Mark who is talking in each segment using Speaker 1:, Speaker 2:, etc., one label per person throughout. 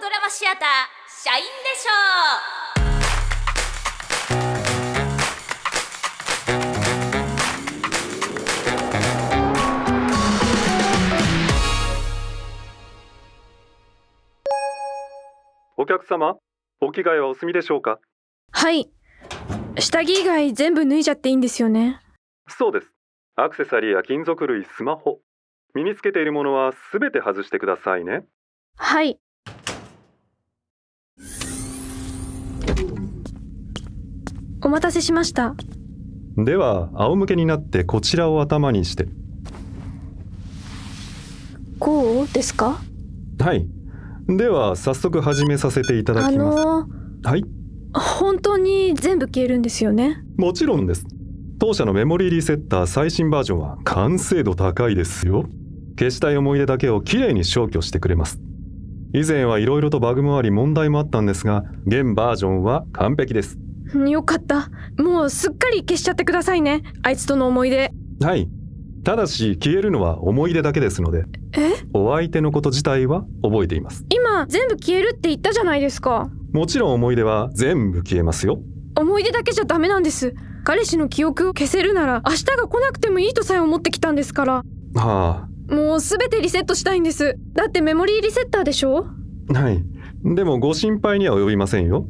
Speaker 1: ドラマシアター社員でしょ
Speaker 2: お客様、お着替えはお済みでしょうか
Speaker 3: はい下着以外全部脱いじゃっていいんですよね
Speaker 2: そうです。アクセサリーや金属類、スマホ。身につけているものはすべて外してくださいね。
Speaker 3: はいお待たせしました
Speaker 2: では、仰向けになってこちらを頭にして。
Speaker 3: こうですか
Speaker 2: はい。では、早速始めさせていただ
Speaker 3: あ
Speaker 2: きます。
Speaker 3: の
Speaker 2: はい、
Speaker 3: 本当に全部消えるんですよね
Speaker 2: もちろんです。当社のメモリーリセッター最新バージョンは完成度高いですよ。消したい思い出だけをきれいに消去してくれます。以前はいろいろとバグもあり問題もあったんですが、現バージョンは完璧です。
Speaker 3: よかったもうすっかり消しちゃってくださいねあいつとの思い出
Speaker 2: はい。ただし消えるのは思い出だけですので、
Speaker 3: え
Speaker 2: お相手のこと自体は覚えています。
Speaker 3: 今全部消えるって言ったじゃないですか
Speaker 2: もちろん思い出は全部消えますよ。
Speaker 3: 思い出だけじゃダメなんです彼氏の記憶を消せるなら明日が来なくてもいいとさえ思ってきたんですから
Speaker 2: は
Speaker 3: もう全てリセットしたいんですだってメモリーリセッターでしょ
Speaker 2: あ、はい。でもご心配には及びませんよ。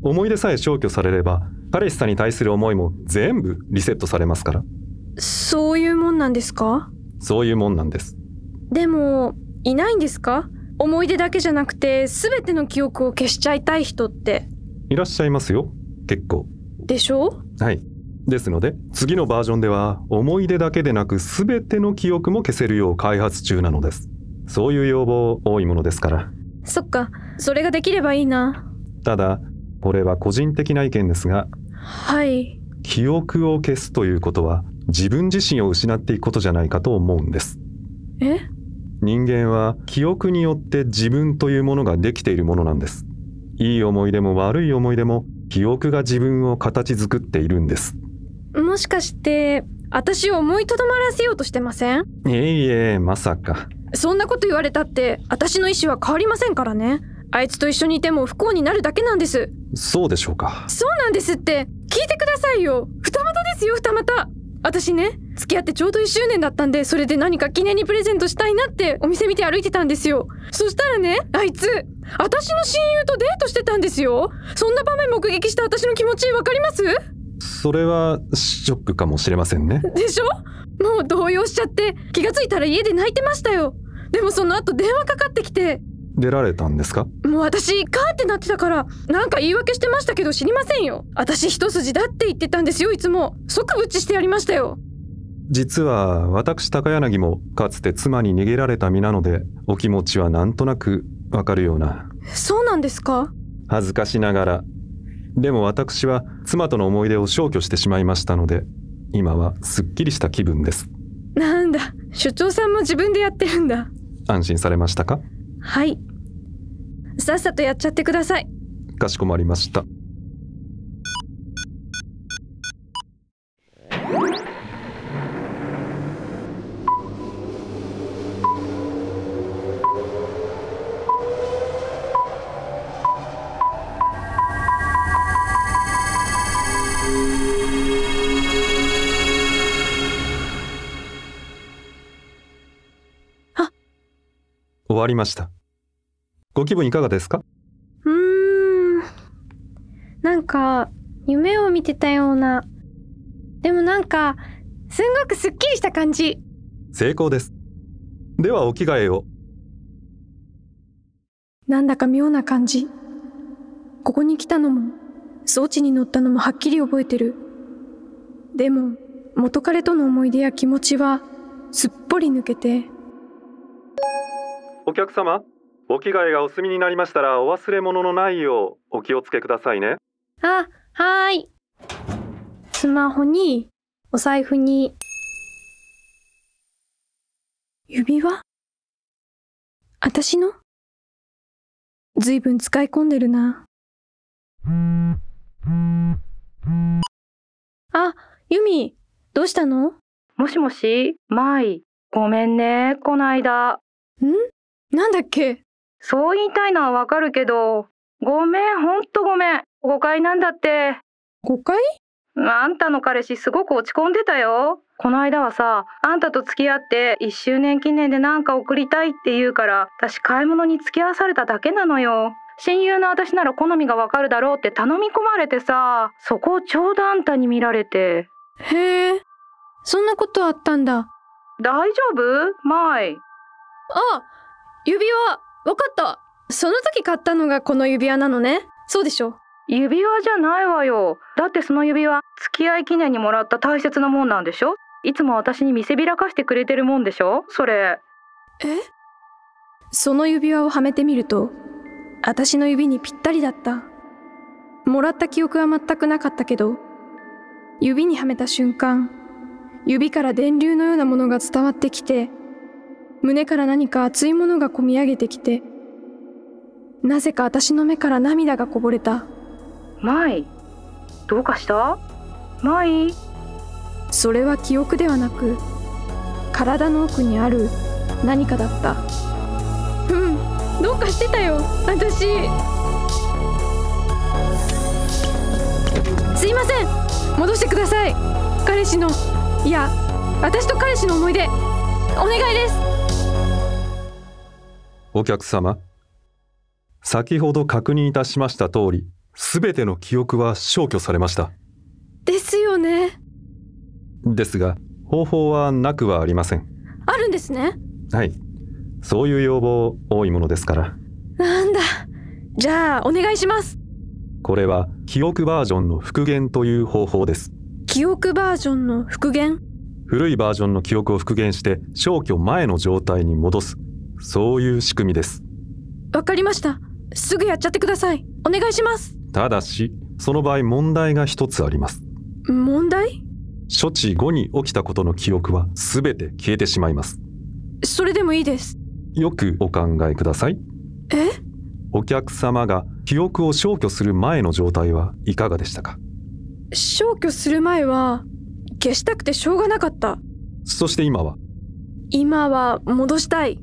Speaker 2: 思い出さえ消去されれば、彼氏さんに対する思いも全部リセットされますから。
Speaker 3: そういうもんなんですか
Speaker 2: そういうもんなんです。
Speaker 3: でもいないんですか思い出だけじゃなくて全ての記憶を消しちゃいたい人って
Speaker 2: いらっしゃいますよ。結構。
Speaker 3: でしょ
Speaker 2: はい。ですので、次のバージョンでは、思い出だけでなく全ての記憶も消せるよう開発中なのです。そういう要望多いものですから。
Speaker 3: そっかそれができればいいな
Speaker 2: ただこれは個人的な意見ですが
Speaker 3: はい
Speaker 2: 記憶を消すということは自分自身を失っていくことじゃないかと思うんです
Speaker 3: え
Speaker 2: 人間は記憶によって自分というものができているものなんですいい思い出も悪い思い出も記憶が自分を形作っているんです
Speaker 3: もしかして私を思いとどまらせようとしてません
Speaker 2: いえいえまさか
Speaker 3: そんなこと言われたって私の意思は変わりませんからねあいつと一緒にいても不幸になるだけなんです
Speaker 2: そうでしょうか
Speaker 3: そうなんですって聞いてくださいよ二股ですよ二股私ね付き合ってちょうど1周年だったんでそれで何か記念にプレゼントしたいなってお店見て歩いてたんですよそしたらねあいつ私の親友とデートしてたんですよそんな場面目撃した私の気持ちわかります
Speaker 2: それはショックかもしれませんね
Speaker 3: でしょもう動揺しちゃって気がついたら家で泣いてましたよでもその後電話かかってきて
Speaker 2: 出られたんですか
Speaker 3: もう私カーってなってたからなんか言い訳してましたけど知りませんよ私一筋だって言ってたんですよいつも即ブチしてやりましたよ
Speaker 2: 実は私高柳もかつて妻に逃げられた身なのでお気持ちはなんとなくわかるような
Speaker 3: そうなんですか
Speaker 2: 恥ずかしながらでも私は妻との思い出を消去してしまいましたので今はすっきりした気分です
Speaker 3: なんだ所長さんも自分でやってるんだ
Speaker 2: 安心されましたか
Speaker 3: はいさっさとやっちゃってください
Speaker 2: かしこまりました
Speaker 3: あ
Speaker 2: 終わりましたご気分いかがですか
Speaker 3: うーんなんか夢を見てたようなでもなんかすんごくすっきりした感じ
Speaker 2: 成功ですではお着替えを
Speaker 3: なんだか妙な感じ。ここに来たのも、装置に乗ったのもはっきり覚えてる。でも、元彼との思い出や気持ちは、すっぽり抜けて、
Speaker 2: お客様お着替えがお済みになりましたらお忘れ物のないようお気をつけくださいね
Speaker 3: あ、はーい。スマホに、お財布に、指輪私のずいぶん使い込んでるな。あ、ユミ、どうしたのん
Speaker 4: もしもし、マイ、ごめんね、こないだ。
Speaker 3: なんだっけ
Speaker 4: そう言いたいのはわかるけど、ごめん、ほんとごめん。誤解なんだって。
Speaker 3: 誤解
Speaker 4: あんたの彼氏すごく落ち込んでたよ。この間はさ、あんたと付き合って1周年記念でなんか送りたいって言うから、私買い物に付き合わされただけなのよ。親友の私なら好みがわかるだろうって頼み込まれてさ、そこをちょうどあんたに見られて。
Speaker 3: へえそんなことあったんだ
Speaker 4: 大丈夫マイ。
Speaker 3: あ指輪わかったその時買ったのがこの指輪なのねそうでしょ
Speaker 4: 指輪じゃないわよだってその指輪付き合い記念にもらった大切なもんなんでしょいつも私に見せびらかしてくれてるもんでしょそれ
Speaker 3: その指輪をはめてみると私の指にぴったりだったもらった記憶は全くなかったけど指にはめた瞬間指から電流のようなものが伝わってきて胸から何か熱いものがこみ上げてきてなぜか私の目から涙がこぼれた
Speaker 4: マイどうかしたマイ
Speaker 3: それは記憶ではなく体の奥にある何かだったうんどうかしてたよ私すいません戻してください彼氏のいや私と彼氏の思い出お願いです
Speaker 2: お客様先ほど確認いたしました通り全ての記憶は消去されました
Speaker 3: ですよね
Speaker 2: ですが方法はなくはありません
Speaker 3: あるんですね
Speaker 2: はいそういう要望多いものですから
Speaker 3: なんだじゃあお願いします
Speaker 2: これは記憶バージョンの復元という方法です
Speaker 3: 記憶バージョンの復元
Speaker 2: 古いバージョンの記憶を復元して消去前の状態に戻すそういう仕組みです
Speaker 3: わかりましたすぐやっちゃってくださいお願いします
Speaker 2: ただしその場合問題が一つあります
Speaker 3: 問題
Speaker 2: 処置後に起きたことの記憶は全て消えてしまいます
Speaker 3: それでもいいです
Speaker 2: よくお考えください
Speaker 3: え
Speaker 2: お客様が記憶を消去する前の状態はいかがでしたか
Speaker 3: 消去する前は消したくてしょうがなかった
Speaker 2: そして今は
Speaker 3: 今は戻したい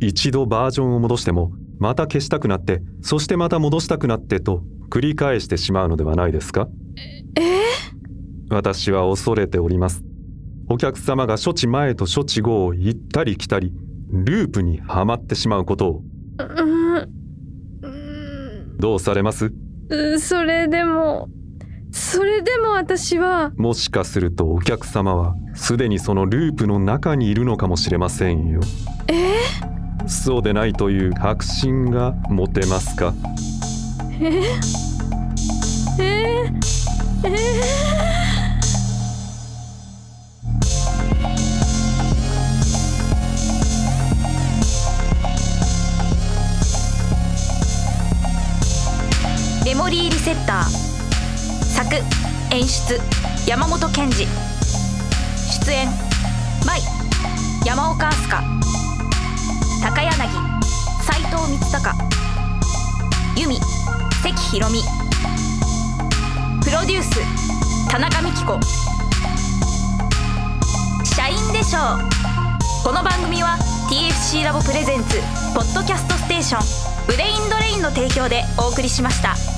Speaker 2: 一度バージョンを戻してもまた消したくなってそしてまた戻したくなってと繰り返してしまうのではないですか
Speaker 3: え
Speaker 2: 私は恐れておりますお客様が処置前と処置後を行ったり来たりループにはまってしまうことを
Speaker 3: ー、う
Speaker 2: どうされます
Speaker 3: ーんそれでもそれでも私は
Speaker 2: もしかするとお客様はすでにそのループの中にいるのかもしれませんよ
Speaker 3: え
Speaker 2: そうでないという確信が持てますか
Speaker 3: ええー、え
Speaker 1: メモリーリセッター作演出山本賢治出演舞山岡飛鳥高柳斉藤光孝由美関ひろみプロデュース田中美希子社員でしょうこの番組は TFC ラボプレゼンツポッドキャストステーションブレインドレインの提供でお送りしました。